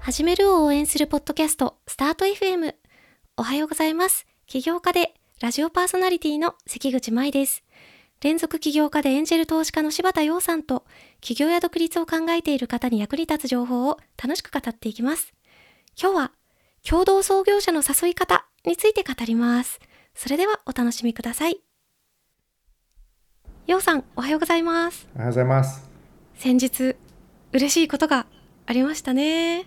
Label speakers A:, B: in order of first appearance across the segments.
A: 始めるを応援するポッドキャスト、スタート FM。おはようございます。起業家で、ラジオパーソナリティの関口舞です。連続起業家でエンジェル投資家の柴田洋さんと、起業や独立を考えている方に役に立つ情報を楽しく語っていきます。今日は、共同創業者の誘い方について語ります。それではお楽しみください。洋さん、おはようございます。
B: おはようございます。
A: 先日嬉しいことがありましたね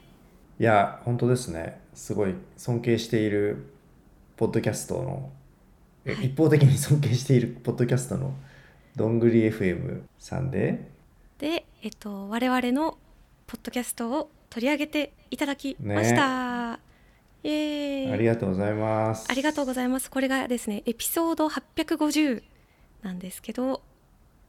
B: いや、本当ですね。すごい尊敬しているポッドキャストの、え
A: はい
B: 一方的に尊敬しているポッドキャストのどんぐり FM さんで、
A: で、えっと、我々のポッドキャストを取り上げていただきました、イエーイ
B: ありがとうございます。
A: ありがとうございますこれがですねエピソード850なんですけど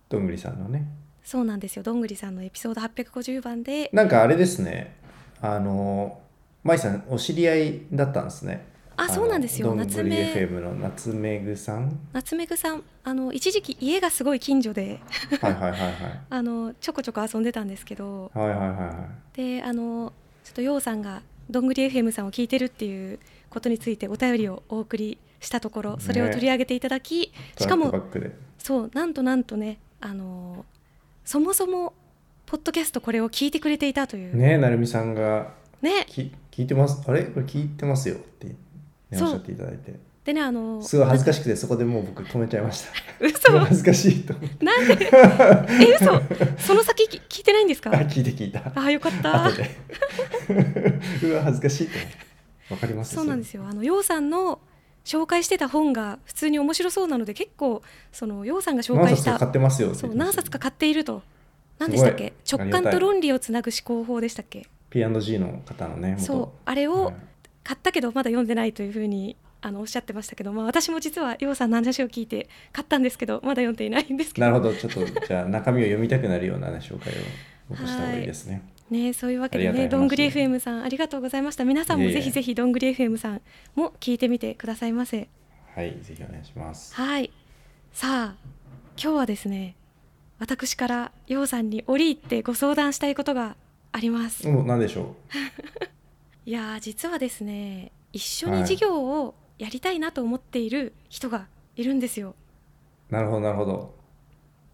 B: どんぐりさんのね。
A: そうなんですよどんぐりさんのエピソード850番で
B: なんかあれですね。あの、まいさん、お知り合いだったんですね。
A: あそうなんですよ
B: どん
A: 夏
B: ぐり
A: 目
B: FM の夏目ぐさん。
A: 夏目ぐさんあの一時期家がすごい近所で
B: はいはいはいはい。
A: あのちょこちょこ遊んでたんですけど
B: はいはいはいはい。
A: であのちょっとようさんがどんぐり FM さんを聞いてるっていうことについてお便りをお送りしたところそれを
B: ね
A: 取り上げていただき、しか
B: トラッ
A: も
B: クバックで。
A: そうなんとなんとねあのそもそもポッドキャストこれを聞いてくれていたというね
B: ねなるみさんがき聞いてますあれこれ聞いてますよって、ね、
A: そう
B: おっしゃっていただいて
A: でねあの
B: すごい恥ずかしくてそこでもう僕止めちゃい ました
A: 嘘
B: すごい恥ずかしいと思って
A: なんで え嘘その先き聞いてないんです
B: あ
A: か
B: 聞いて聞いた
A: ああよかった
B: 後で うわ恥ずかしいと思ってわかります
A: そうなんですよ。あのようさんの紹介してた本が普通に面白そうなので結構そのようさんが紹
B: 何
A: 介し
B: 冊
A: た
B: か買ってますよって
A: そ
B: 言
A: う
B: ってま
A: 何
B: した
A: 冊か買っていると何でしたっけ
B: すごい
A: 直
B: ありが
A: 感
B: た
A: と
B: い
A: 論理をつなぐ思考法でしたっけ
B: P&G の方のね元
A: そうあれ
B: は
A: を
B: い
A: 買ったけどまだ読んでないというふうにあのおっしゃってましたけど、まあ、私も実はようさんの話を聞いて買ったんですけどまだ読んでいないんですけど
B: なるほどちょっとじゃあ中身を読みたくなるような、ね、紹介を僕した方がいいですね
A: ね、そういうわけで
B: あり
A: ね
B: がと
A: ど
B: うんご
A: ぐ
B: ざい
A: り
B: ま
A: FM
B: す
A: さんありがとうございました皆さんも
B: いえい
A: ぜ
B: え
A: ひぜひどんぐり FM さんも聞いてみてくださいませ。
B: はいぜひお願いします
A: はい。さあ、今日はですね、私からようさんに折り入ってご相談したいことがあります。
B: もう何でしょ
A: いやー、実はですね、一緒
B: は
A: に
B: い
A: 事業をやりたいなと思っている人がいるんですよ。
B: うなるほどなるほど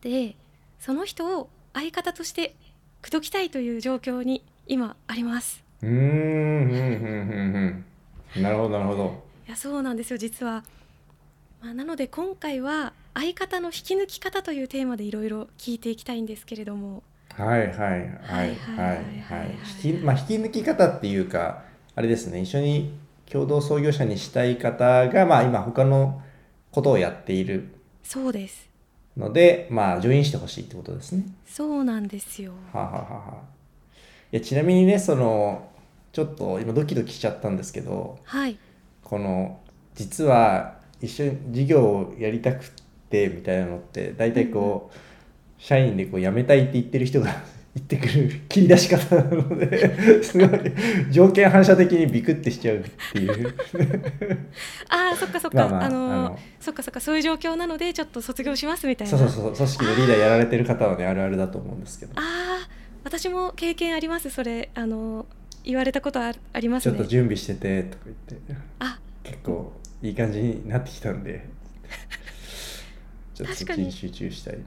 A: で、その人を相方として口説きたいという状況に今あります。
B: うーんうんうんうんうんなるほどなるほど
A: いや、そうなんですよ、実は。まあ、なので今回は相方の引き抜き方というテーマでいろいろ聞いていきたいんですけれども、
B: はいはいはい
A: は
B: はいい
A: はいは
B: はいい引きまあ引き抜き方っていうかあれですね一緒に共同創業者にしたい方がまあ今他のことをやっている
A: そうです。
B: のでまあジョインしてほしいってことですね
A: そうなんですよ。
B: はあはあはあはいやちなみにねそのちょっと今ドキドキしちゃったんですけど
A: はい。
B: この実は一緒に事業をやりたくってみたいなのって大体こう、社員でこう辞めたいって言ってる人が 言ってくる切り出し方なのですごい条件反射的にビクッてしちゃうっていう
A: ああ、そっかそっか。
B: まあ
A: あ
B: まあ
A: のー
B: あの
A: そっかそっか。そういう状況なので、ちょっと卒業しますみたいな。
B: そうそうそう組織のリーダーやられてる方はねあるあるだと思うんですけど
A: ああ、私も経験あります。それ、あのー言われたことあありま
B: ち
A: す
B: ょっと
A: ね。
B: 準備しててとか言って
A: あ、
B: 結構いい感じになってきたんでちょっとそ
A: 確
B: っち
A: かに
B: に集中したいっ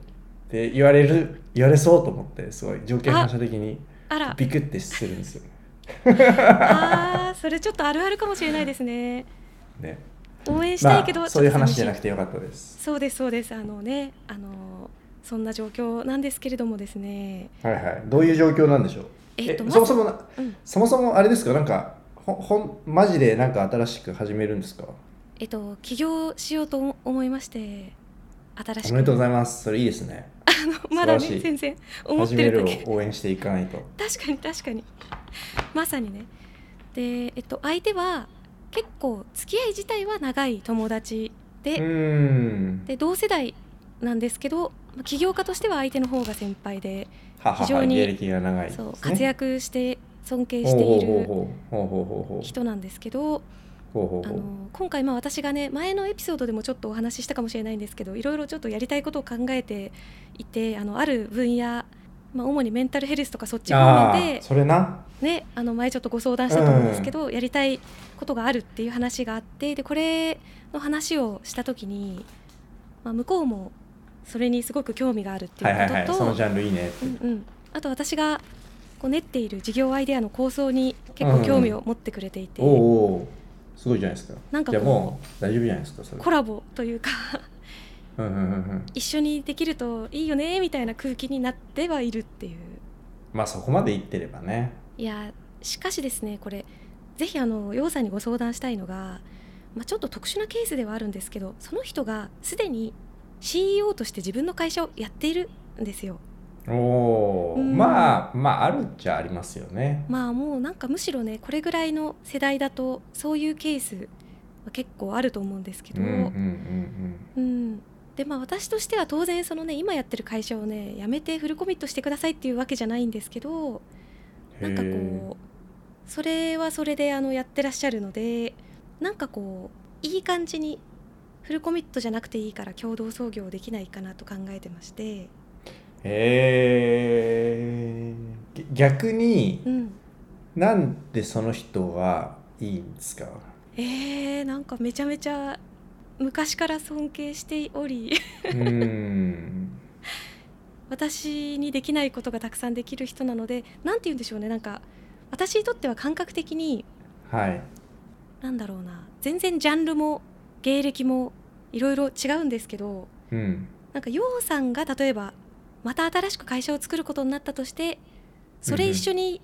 B: て言われる言われそうと思ってすごい条件反射的に。
A: あら。
B: ビクってするんですよ
A: ああ、それちょっとあるあるかもしれないですね。
B: ね。
A: 応援したいけど、
B: まあ、そういう
A: ち
B: 話じ
A: ょ
B: ゃ
A: っと
B: な
A: 寂し
B: くてよかったです。
A: そうですそうです。あのね、あのーそんな状況なんですけれどもですね。
B: はいはい。どういう状況なんでしょう。
A: えっとまず
B: そもそもな
A: うん。
B: そもそもあれですか。なんかほほんマジでなんか新しく始めるんですか。
A: えっと起業しようと思思いまして、新しく。
B: おめでとうございます。それいいですね。
A: まだ
B: 素晴
A: ね
B: らしい
A: 全然思って
B: 始め
A: る
B: る
A: だけ
B: を応援していかないと。
A: 確かに確かに まさにねでえっと相手は結構付き合い自体は長い友達
B: う
A: で,、
B: ーん。
A: で同世代なんですけどまあ起業家としては相手の方が先輩で、
B: ははは
A: 非常に
B: 芸歴が長いです、ね。
A: そう活躍して尊敬
B: ほ
A: し
B: う
A: て
B: ほ
A: いう
B: ほう
A: る
B: ほうほうほうほうほう
A: 人なんですけど
B: ほうほう
A: あ
B: ほう
A: の今回まあ私がね前のエピソードでもちょっとお話ししたかもしれないんですけどいろいろちょっとやりたいことを考えていてあのある分野、まあ、主にメンタルヘルスとかそっち方面
B: あ
A: で
B: あそれな
A: ね、あの前ちょっとご相談したと思うんですけど、やりたいことがあるっていう話があってでこれの話をした時に、まあ、向こうもそれにすごく興味があるって
B: はいいは
A: う
B: いはい
A: ことと、
B: そのジャンルいいねって、
A: うんうん、あと私がこう練っている事業アイデアの構想に結構興味を持ってくれていて、
B: おうおうすごいじゃないですか
A: なんか
B: じ
A: こう
B: ゃあもう大丈夫じゃないですかそれ
A: コラボというか
B: うんうんうんうん
A: 一緒にできるといいよねみたいな空気になってはいるっていう
B: まあそこまでいってればね
A: いやしかしですねこれぜひあの楊さんにご相談したいのが、まあ、ちょっと特殊なケースではあるんですけどその人がすでに CEO として自分の会社をやっているんですよ。
B: おお、
A: うん
B: まあまああるっちゃありますよね
A: まあもうなんかむしろねこれぐらいの世代だとそういうケースは結構あると思うんですけ
B: う
A: ど、
B: んうんうんう
A: う
B: ん
A: んでまあ、私としては当然その、ね、今やってる会社をねやめてフルコミットしてくださいっていうわけじゃないんですけどなんか
B: へー
A: こうそれはそれであのやってらっしゃるのでなんかこういい感じにフルコミットじゃなくていいから共同創業できないかなと考えてまして、
B: へーぎ逆に
A: うん、
B: なんでその人がいいんですか
A: えー、なんかめちゃめちゃ昔から尊敬しており
B: うーん
A: 私にできないことがたくさんできる人なのでなんて言うんでしょうねなんか私にとっては感覚的に
B: はい
A: なんだろうな全然ジャンルも芸歴もいろいろ違うんですけど
B: うん
A: なんかうさんが例えばまた新しく会社を作ることになったとしてそれ一緒に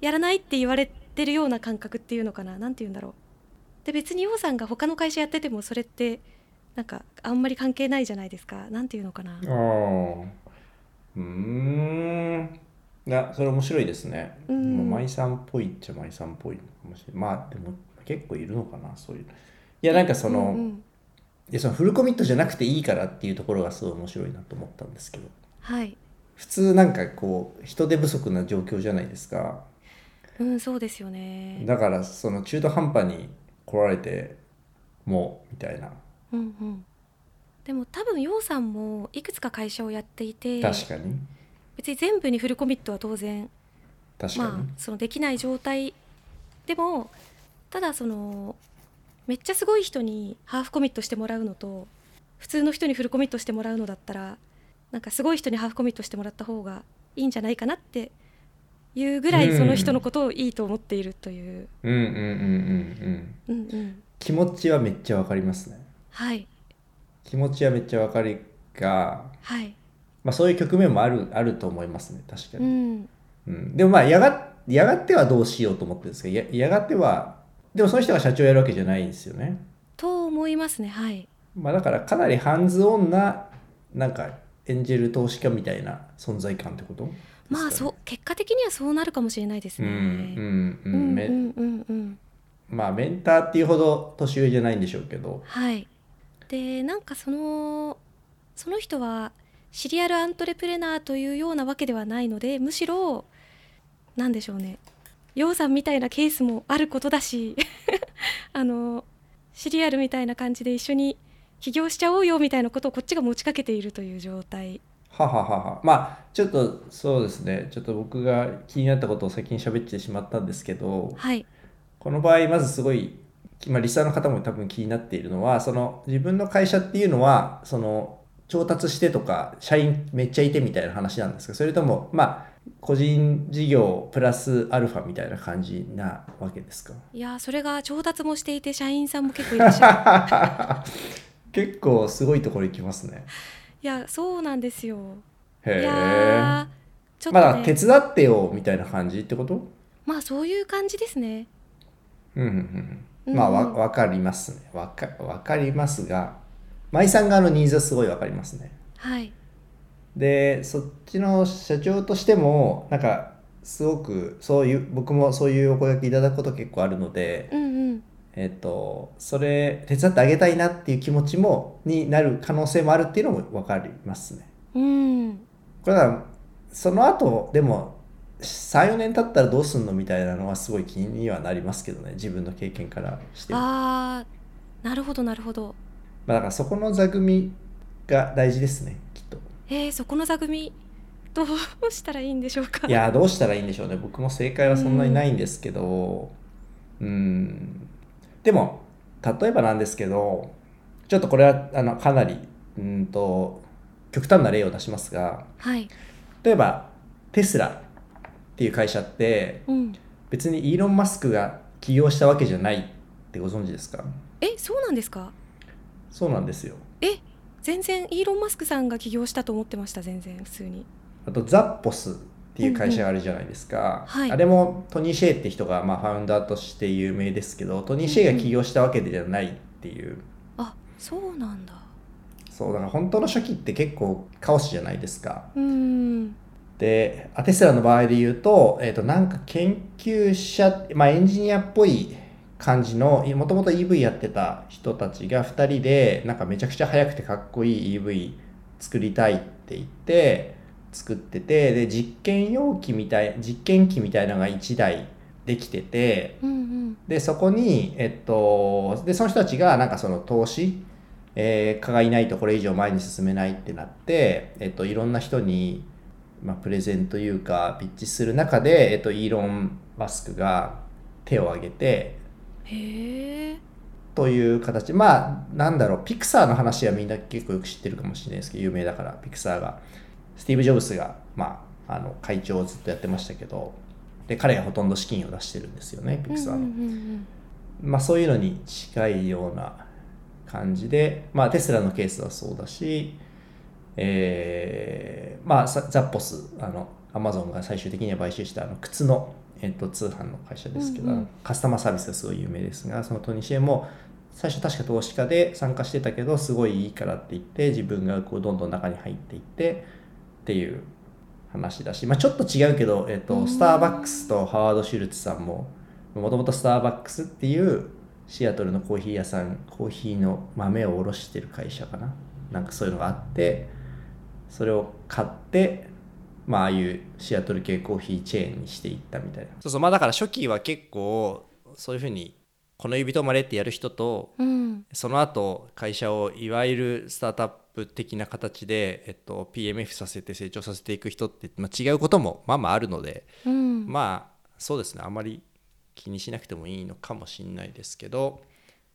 A: やらないって言われてるような感覚っていうのかななんて言うんだろうで別にうさんが他の会社やっててもそれってなんかあんまり関係ないじゃないですかなんて言うのかな
B: あーうーんなそれ面白いですね、
A: うん
B: まあ舞さんっぽいっちゃ舞さんっぽいのかもしれないまあでも結構いるのかなそういういやなんかその、
A: うんうん
B: でそのフルコミットじゃなくていいからっていうところがすごい面白いなと思ったんですけど
A: はい、
B: 普通なんかこう人手不足な状況じゃないですか
A: うん、そうですよね
B: だからその中途半端に来られてもうみたいな
A: うんうんでも多分うさんもいくつか会社をやっていて
B: 確かに、
A: 別に全部にフルコミットは当然
B: 確かに、
A: まあ、そのできない状態でもただそのめっちゃすごい人にハーフコミットしてもらうのと普通の人にフルコミットしてもらうのだったらなんかすごい人にハーフコミットしてもらった方がいいんじゃないかなっていうぐら
B: う
A: い
B: ん
A: その人のことをいいと思っているという、
B: うんうんうんうんうん
A: うんうん、
B: 気持ちはめっちゃわかりますね
A: はい
B: 気持ちはめっちゃわかるが、
A: はい、
B: まあ、そういう局面もあるあると思いますね確か
A: う
B: に、
A: ん、
B: うんでもまあやがやがてはどうしようと思ってるんですけどややがてはでもその人が社長やるわけじゃないんですよね
A: と思いますねはい
B: まあ、だからかなりハンズオンななんかエンジェル投資家みたいな存在感ってことですかね
A: まあそう結果的にはそうなるかもしれないです
B: うん
A: ね、
B: うんう、
A: うんんうん
B: め
A: うんうん
B: まあメンターっていうほど年上じゃないんでしょうけど
A: はい、でなんかそのその人はシリアルアントレプレナーというようなわけではないのでむしろなんでしょうね洋さんみたいなケースもあることだし あのシリアルみたいな感じで一緒に起業しちゃおうよみたいなことをこっちが持ちかけているという状態
B: ははははまあちょっとそうですねちょっと僕が気になったことを先に喋ってしまったんですけど
A: はい
B: この場合まずすごい、まあ、リスナーの方も多分気になっているのはその自分の会社っていうのはその調達してとか社員めっちゃいてみたいな話なんですけどそれともまあ個人事業プラスアルファみたいな感じなわけ ですか
A: いやーそれが調達もしていて社員さんも結構いらっし ゃる
B: 結構すごいところ行きますね。
A: いやそうなんですよ
B: へ
A: い
B: え。
A: やーちょっと
B: ま
A: ね、
B: だ手伝ってよみたいな感じってこと
A: まあそういう感じですね
B: うんうん
A: う
B: うんん。まあわわかりますね。わかわかりますが舞さん側のニーズはすごいわかりますね。
A: はい
B: でそっちの社長としてもなんかすごくそういう僕もそういうお声掛けいただくこと結構あるので、
A: うんうん
B: えっとそれ手伝ってあげたいなっていう気持ちもになる可能性もあるっていうのも分かりますね。
A: うん、
B: これはその後でも34年経ったらどうすんのみたいなのはすごい気にはなりますけどね自分の経験からしても
A: あーなるほどなるほど
B: まあ、だからそこの座組が大事ですねきっと。
A: えー、そこの座組どうしたらいいんでしょうか
B: いやーどうしたらいいんでしょうね僕も正解はそんなにないんですけどうんでも例えばなんですけどちょっとこれはあのかなりうんと極端な例を出しますが
A: はい、
B: 例えばテスラっていう会社って
A: うん、
B: 別にイーロン・マスクが起業したわけじゃないってご存知ですか
A: えそうなんですか
B: そうなんですよ
A: 全然イーロン・マスクさんが起業したと思ってました全然普通に
B: あとザッポスっていう会社があるじゃないですか、
A: うんうんはい
B: あれもトニー・シェイって人がまあファウンダーとして有名ですけどトニー・シェイが起業したわけではないっていう、
A: あそうなんだ
B: そうだから本当の初期って結構カオスじゃないですか
A: うーん
B: でアテスラの場合で言うと,、えー、となんか研究者、まあ、エンジニアっぽい感じのもともと EV やってた人たちが2人でなんかめちゃくちゃ速くてかっこいい EV 作りたいって言って作っててで実験容器みたい実験機みたいなのが1台できてて
A: うんうん
B: でそこに、えっと、でその人たちがなんかその投資、えー家がいないとこれ以上前に進めないってなって、えっと、いろんな人に、まあ、プレゼンというかピッチする中で、えっと、イーロン・マスクが手を挙げて
A: へえ
B: という形まあなんだろうピクサーの話はみんな結構よく知ってるかもしれないですけど有名だからピクサーがスティーブ・ジョブスが、まあ、あの会長をずっとやってましたけどで彼がほとんど資金を出してるんですよねピクサーの。まあ、そういうのに近いような感じで、まあ、テスラのケースはそうだし、えーまあ、さザッポスあのアマゾンが最終的には買収したあの靴の、えっと通販の会社ですけど、
A: うんうん
B: あのカスタマーサービスがすごい有名ですがそのトニシエも最初確か投資家で参加してたけどすごいいいからって言って自分がこうどんどん中に入っていってっていう話だし、まあ、ちょっと違うけど、えっ
A: う
B: と
A: ん
B: スターバックスとハワード・シュルツさんももともとスターバックスっていうシアトルのコーヒー屋さんコーヒーの豆を卸してる会社かななんかそういうのがあってそれを買ってまあああいうシアトル系コーヒーチェーンにしていったみたいなそうそうまあだから初期は結構そういうふうにこの指とまれってやる人と
A: うんうん
B: その後会社をいわゆるスタートアップ的な形で、えっと、PMF させて成長させていく人って、まあ、違うこともまあまああるので、
A: うん
B: まあそうですねあまり気にしなくてもいいのかもしれないですけど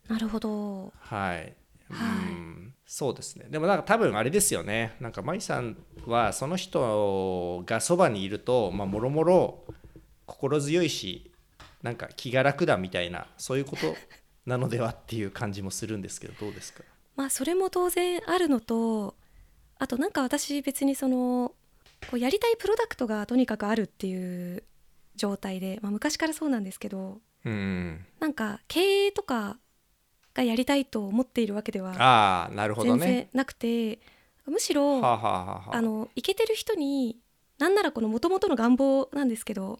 A: なるほど
B: はい、
A: はい
B: うんそうですねでもなんか多分あれですよねなんか舞さんはその人がそばにいるとまあもろもろ心強いしなんか気が楽だみたいなそういうことなのではっていう感じもするんですけどどうですか
A: まあそれも当然あるのとあとなんか私別にそのこうやりたいプロダクトがとにかくあるっていう状態で、まあ、昔からそうなんですけど
B: うん
A: なんか経営とかがやりたいと思っているわけでは
B: ああなるほど
A: 全
B: ね
A: 然。なくて、むし
B: は
A: ろ
B: あ、
A: あ
B: はあはあはあ、
A: のイケてる人になんならこの元々の願望なんですけど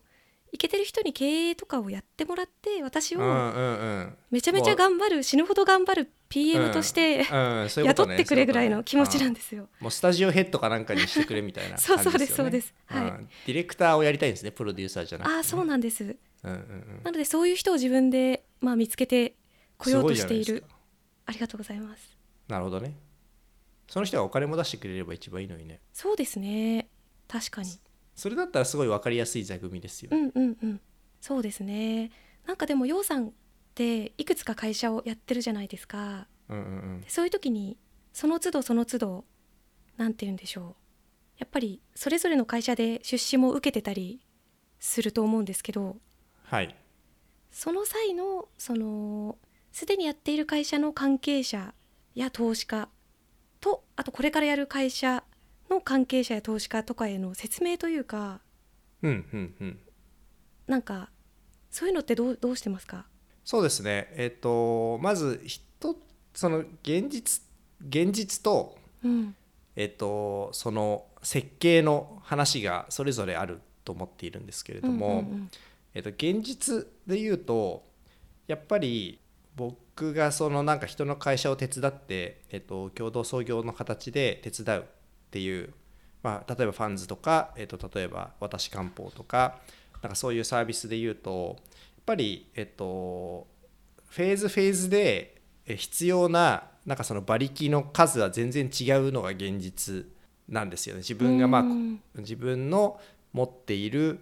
A: イケてる人に経営とかをやってもらって私
B: う
A: を
B: んうん
A: めちゃめちゃ頑張る死ぬほど頑張る PM として、
B: うんうん、そういうこ
A: 雇
B: と
A: っ
B: ね
A: てくれぐらいの気持ちなんんですよ。
B: もうスタジオヘッドかなんかにしてくれみ たいな
A: そう
B: 感
A: そ
B: じ
A: うです
B: よ
A: そう
B: ね
A: です。はい。
B: うんディレクターをやりたいんですねプロデューサーじゃなくて、
A: ああそうなんです。
B: うんうんうん
A: なのでそういう人を自分でまあ見つけて来ようとしてい
B: すごじゃ
A: る
B: なで。すか
A: ありがとうございます。
B: なるほどねその人がお金も出してくれれば一番いいのにね
A: そうですね。確かに。
B: それだったらすごい分かりやすい座組ですよ
A: う、んうんうん。そうですね。なんかでもようさんっていくつか会社をやってるじゃないですか。
B: うん、うんうん
A: でそういう時にその都度その都度なんて言うんでしょう。やっぱりそれぞれの会社で出資も受けてたりすると思うんですけど、
B: はい
A: その際のそのすでにやっている会社の関係者や投資家とあとこれからやる会社の関係者や投資家とかへの説明というか
B: うんうんうん
A: なんかそういうのってどうどうしてますか
B: そうですねえっ、とまず一その現実現実と
A: うん
B: えっと、その設計の話がそれぞれあると思っているんですけれども、
A: うんうん
B: えっと、現実で言うとやっぱり僕がそのなんか人の会社を手伝って、えっと、共同創業の形で手伝うっていう、まあ、例えばファンズとか、えっと、例えば私漢方とかなんかそういうサービスで言うとやっぱり、えっと、フェーズフェーズでえ必要ななんかその馬力の数は全然違うのが現実なんですよね自分がまあこ
A: うん
B: 自分の持っている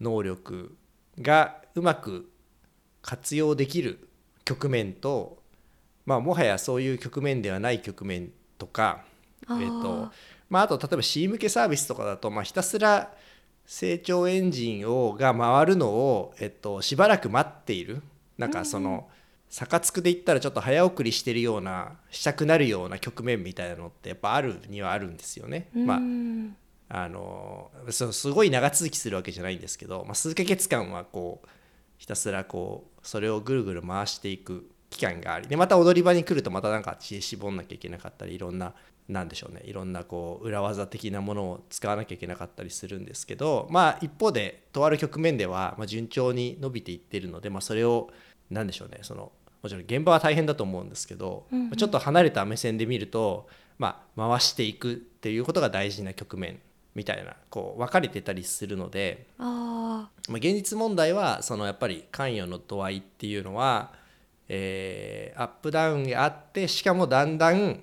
B: 能力がうまく活用できる局面と、まあ、もはやそういう局面ではない局面とか
A: あー
B: えっとまあ、あと例えば C 向けサービスとかだと、まあ、ひたすら成長エンジンをが回るのを、えっと、しばらく待っているなんかその、逆つくで言ったらちょっと早送りしてるようなしたくなるような局面みたいなのってやっぱあるにはあるんですよね。まあ
A: うん
B: あのそうすごい長続きするわけじゃないんですけど、まあ、数ヶ月間はこうひたすらこうそれをぐるぐる回していく期間がありでまた踊り場に来るとまたなんか知恵絞んなきゃいけなかったりいろんななんでしょうねいろんなこう裏技的なものを使わなきゃいけなかったりするんですけどまあ一方でとある局面では、まあ、順調に伸びていってるので、まあ、それをなんでしょうねそのもちろん現場は大変だと思うんですけど、
A: うんうん
B: まあちょっと離れた目線で見ると、まあ、回していくっていうことが大事な局面みたいなこう分かれてたりするので。
A: あ
B: まあ、現実問題はそのやっぱり関与の度合いっていうのは、えーアップダウンがあってしかもだんだん、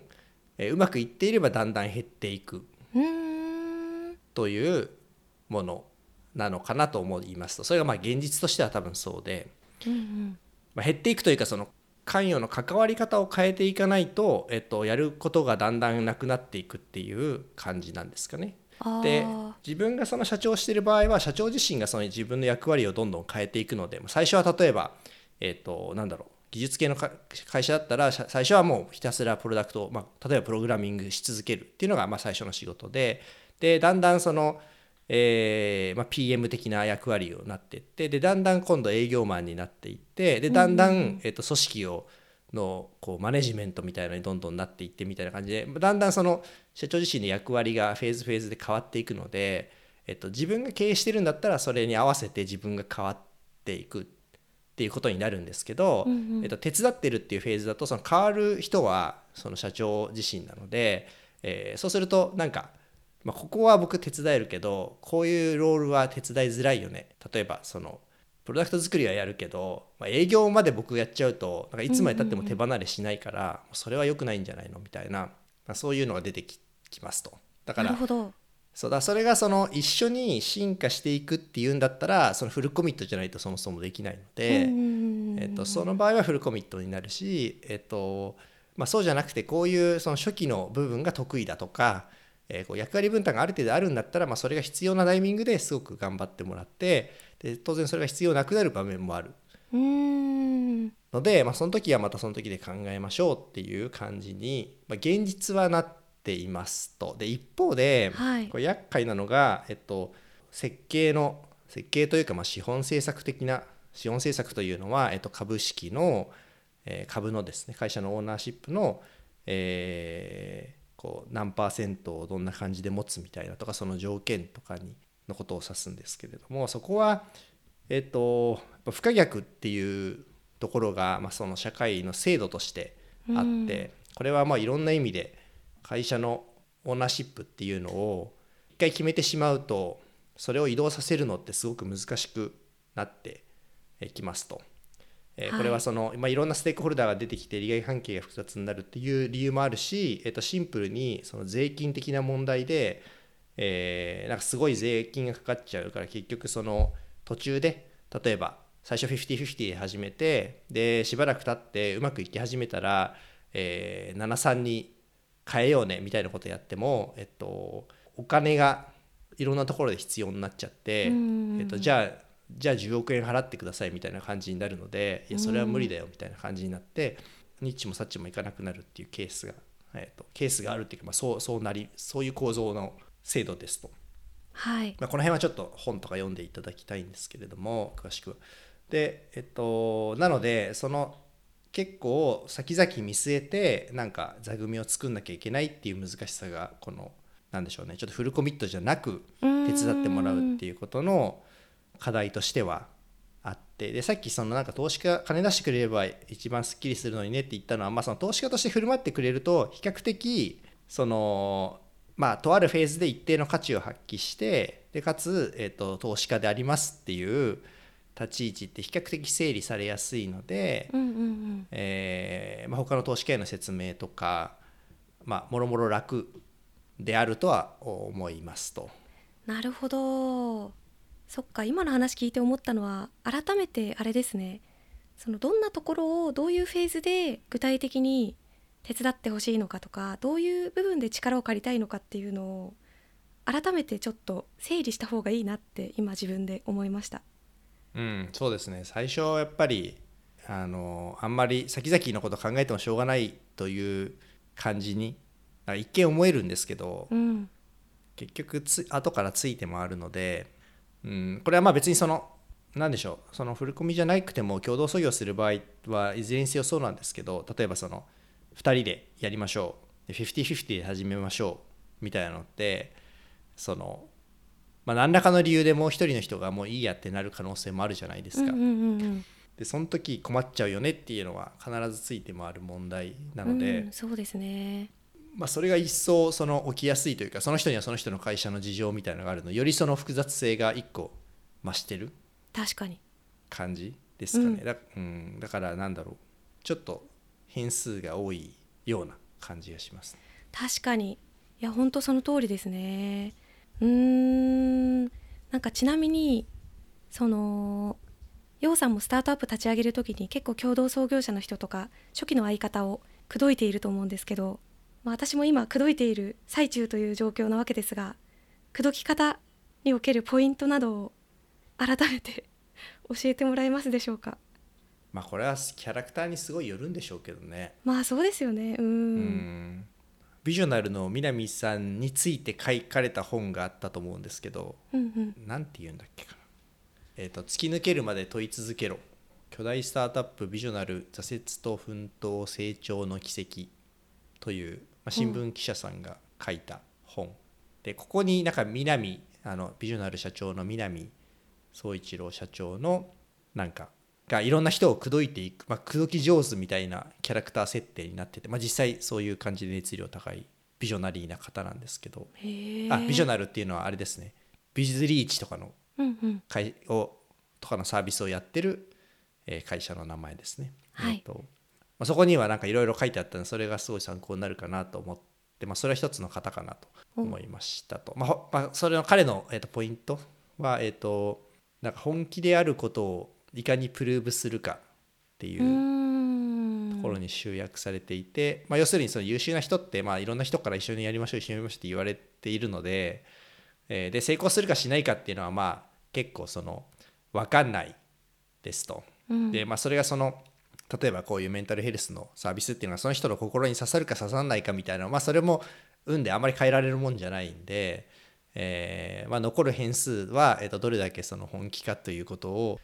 B: えーうまくいっていればだんだん減っていく
A: ーうーん
B: というものなのかなと思いますとそれがまあ現実としては多分そうで、
A: うんうん
B: まあ、減っていくというかその関与の関わり方を変えていかないと、えっと、やることがだんだんなくなっていくっていう感じなんですかね。
A: あ
B: で
A: ー
B: 自分がその社長をしている場合は社長自身がその自分の役割をどんどん変えていくので最初は例えば、えっとなんだろう技術系のか会社だったらしゃ最初はもうひたすらプロダクトを、まあ、例えばプログラミングし続けるっていうのがまあ最初の仕事ででだんだんその、えーまあ、PM 的な役割をなっていってでだんだん今度営業マンになっていってでだんだん、えっと組織をのこうマネジメントみたいなのにどんどんなっていってみたいな感じでだんだんその社長自身の役割がフェーズフェーズで変わっていくので、えっと、自分が経営してるんだったらそれに合わせて自分が変わっていくっていうことになるんですけど、
A: うんうん
B: えっと、手伝ってるっていうフェーズだとその変わる人はその社長自身なので、えーそうするとなんか、まあ、ここは僕手伝えるけどこういうロールは手伝いづらいよね例えばそのプロダクト作りはやるけど、まあ、営業まで僕やっちゃうとなんかいつまでたっても手離れしないから、それは良くないんじゃないのみたいな、まあ、そういうのが出てききますと。だか
A: なる
B: ら
A: ほど
B: そうだそれがその一緒に進化していくっていうんだったらそのフルコミットじゃないとそもそもできないので、えっと、その場合はフルコミットになるし、えっとまあ、そうじゃなくてこういうその初期の部分が得意だとか、えーこう役割分担がある程度あるんだったら、まあ、それが必要なタイミングですごく頑張ってもらってで当然それが必要なくなる場面もある
A: うんうんうん
B: ので、まあ、その時はまたその時で考えましょうっていう感じに、まあ、現実はなっていますと。で一方で、
A: はい
B: これ厄介なのが、えっと、設計の設計というか、まあ、資本政策的な資本政策というのは、えっと、株式の、えー株のですね会社のオーナーシップの、えーこう何パーセントをどんな感じで持つみたいなとかその条件とかにのことを指すんですけれどもそこは、えっと、やっぱ不可逆っていうところが、まあ、その社会の制度としてあって、これはまあいろんな意味で会社のオーナーシップっていうのを一回決めてしまうとそれを移動させるのってすごく難しくなってえきますと。えー
A: はい
B: これはその、いまあ、いろんなステークホルダーが出てきて利害関係が複雑になるっていう理由もあるし、えっとシンプルにその税金的な問題で、えーなんかすごい税金がかかっちゃうから結局その途中で例えば最初50-50で始めてでしばらく経ってうまくいき始めたら、えー73に変えようねみたいなことやっても、えっと、お金がいろんなところで必要になっちゃって、
A: うん
B: えっと、じゃあじゃあ10億円払ってくださいみたいな感じになるのでいやそれは無理だよみたいな感じになって、ニッチもサッチもいかなくなるっていうケースが、えっと、ケースがあるっていうか、まあ、そうそうなりそういう構造の制度ですと。
A: はい
B: まあ、この辺はちょっと本とか読んでいただきたいんですけれども詳しくはでえっとなのでその結構先々見据えてなんか座組を作んなきゃいけないっていう難しさがこのなんでしょうねちょっとフルコミットじゃなく
A: うーん
B: 手伝ってもらうっていうことの課題としてはあってでさっきそのなんか投資家金出してくれれば一番すっきりするのにねって言ったのは、まあ、その投資家として振る舞ってくれると比較的そのまあとあるフェーズで一定の価値を発揮してでかつ、えっと投資家でありますっていう立ち位置って比較的整理されやすいので、
A: うんうんうん
B: えーまあ、他の投資家への説明とか、まあ、もろもろ楽であるとは思いますと。
A: なるほどそっか今の話聞いて思ったのは改めてあれですねそのどんなところをどういうフェーズで具体的に手伝ってほしいのかとかどういう部分で力を借りたいのかっていうのを改めてちょっと整理した方がいいなって今自分で思いました。
B: うん、そうですね最初やっぱりあのあんまり先々のこと考えてもしょうがないという感じにあ一見思えるんですけど
A: うん、
B: 結局つ後からついて回るので、うん、これはまあ別にその何でしょうその振り込みじゃなくても共同創業する場合はいずれにせよそうなんですけど例えばその2人でやりましょうで50/50で始めましょうみたいなのってその、まあ、何らかの理由でもう1人の人がもういいやってなる可能性もあるじゃないです
A: うん
B: か。
A: うんうんうん
B: でその時困っちゃうよねっていうのは必ずついて回る問題なので、
A: うん、そうですね
B: まあ、それが一層その起きやすいというかその人にはその人の会社の事情みたいなのがあるのでよりその複雑性が一個増してる
A: 確かに
B: 感じですかね、
A: うん
B: だうん、だからなんだろうちょっと変数が多いような感じがします。
A: 確かにいや本当その通りですねうーんなんかちなみにそのようさんもスタートアップ立ち上げる時に結構共同創業者の人とか初期の相方を口説いていると思うんですけど、まあ、私も今口説いている最中という状況なわけですが口説き方におけるポイントなどを改めて 教えてもらえますでしょうか
B: まあ、これはキャラクターにすごいよるんでしょうけどね。
A: まあそうですよねうー
B: うんんビジョナルの南さんについて書かれた本があったと思うんですけど
A: うんうん
B: なんて言うんだっけかな、えー、と突き抜けるまで問い続けろ巨大スタートアップビジョナル挫折と奮闘成長の軌跡という、まあ、新聞記者さんが書いた本、でここになんか南あのビジョナル社長の南総一郎社長のなんかがいろんな人を口説いていく、まあ、口説き上手みたいなキャラクター設定になってて、まあ、実際そういう感じで熱量高いビジョナリーな方なんですけど、
A: へえ
B: あビジョナルっていうのはあれですねビズリーチとかの
A: うんうん
B: 会をとかのサービスをやってる、えー会社の名前ですね。
A: はい
B: えーとまあ、そこにはなんかいろいろ書いてあったのでそれがすごい参考になるかなと思って、まあ、それは一つの方かなと思いましたと、まあほまあ、それの彼の、えー、とポイントは、えー、となんか本気であることをいかにプルーブするかっていう
A: ー
B: うんところに集約されていて、まあ、要するにその優秀な人って、まあ、いろんな人から一緒にやりましょう一緒にやりましょうって言われているので,、えーで成功するかしないかっていうのは、まあ、結構その分かんないですと。
A: うん
B: で、まあ、それがその例えばこういうメンタルヘルスのサービスっていうのはその人の心に刺さるか刺さらないかみたいな、まあ、それも運であまり変えられるもんじゃないんで、えーまあ、残る変数は、えー、とどれだけその本気かということを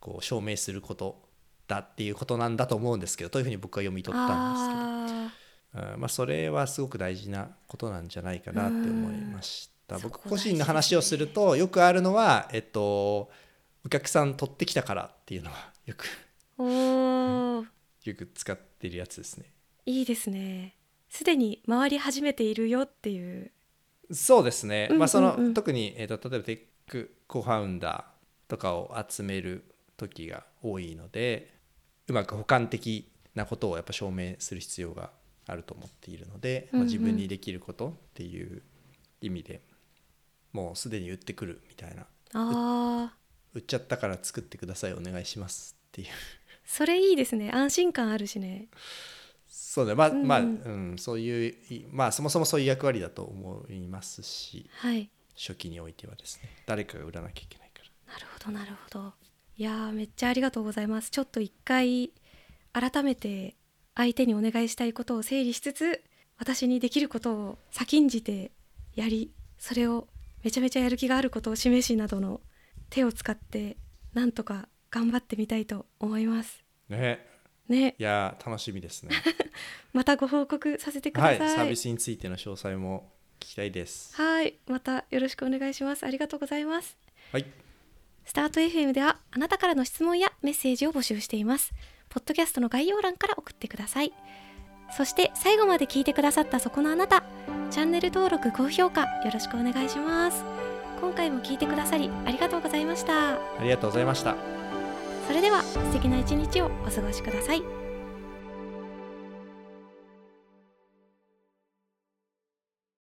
B: こう証明することだっていうことなんだと思うんですけどというふうに僕は読み取ったんですけど。
A: あ
B: うんまあ、それはすごく大事なことなんじゃないかなって思いました
A: うんそ
B: 僕
A: こ
B: 個
A: 大事ですね
B: 人の話をするとよくあるのは、えっと、お客さん取ってきたからっていうのはよく
A: ーおー
B: よく使ってるやつですね
A: いいですねすでに回り始めているよっていう
B: そうですね、
A: うん
B: まあその、
A: うんうん
B: 特に、えー、と例えばテックコファウンダーとかを集める時が多いのでうまく補完的なことをやっぱ証明する必要があると思っているので、
A: うんう
B: まあ、
A: ん
B: 自分にできることっていう意味でもうすでに売ってくるみたいな
A: あー
B: 売っちゃったから作ってくださいお願いしますっていう
A: それいいですね安心感あるしね
B: そうねまあ、
A: うんうん
B: まあ、うん、そういういまあそもそもそういう役割だと思いますし
A: はい
B: 初期においてはですね誰かが売らなきゃいけないから。
A: なるほどなるほどいやーめっちゃありがとうございますちょっと一回改めて相手にお願いしたいことを整理しつつ私にできることを先んじてやりそれをめちゃめちゃやる気があることを示しなどの手を使ってなんとか頑張ってみたいと思います
B: ね
A: ね
B: いやー楽しみですね
A: また ご報告させてくだ
B: は
A: さい。
B: いサービスについての詳細も聞きたいです
A: はいまたよろしくお願いします。ありがとうございます。
B: はい
A: スタート FM ではあなたからの質問やメッセージを募集しています。ポッドキャストの概要欄から送ってください。そして最後まで聞いてくださったそこのあなた、チャンネル登録、高評価よろしくお願いします。今回も聞いてくださりありがとうございました。
B: ありがとうございました
A: それでは素敵な一日をお過ごしください。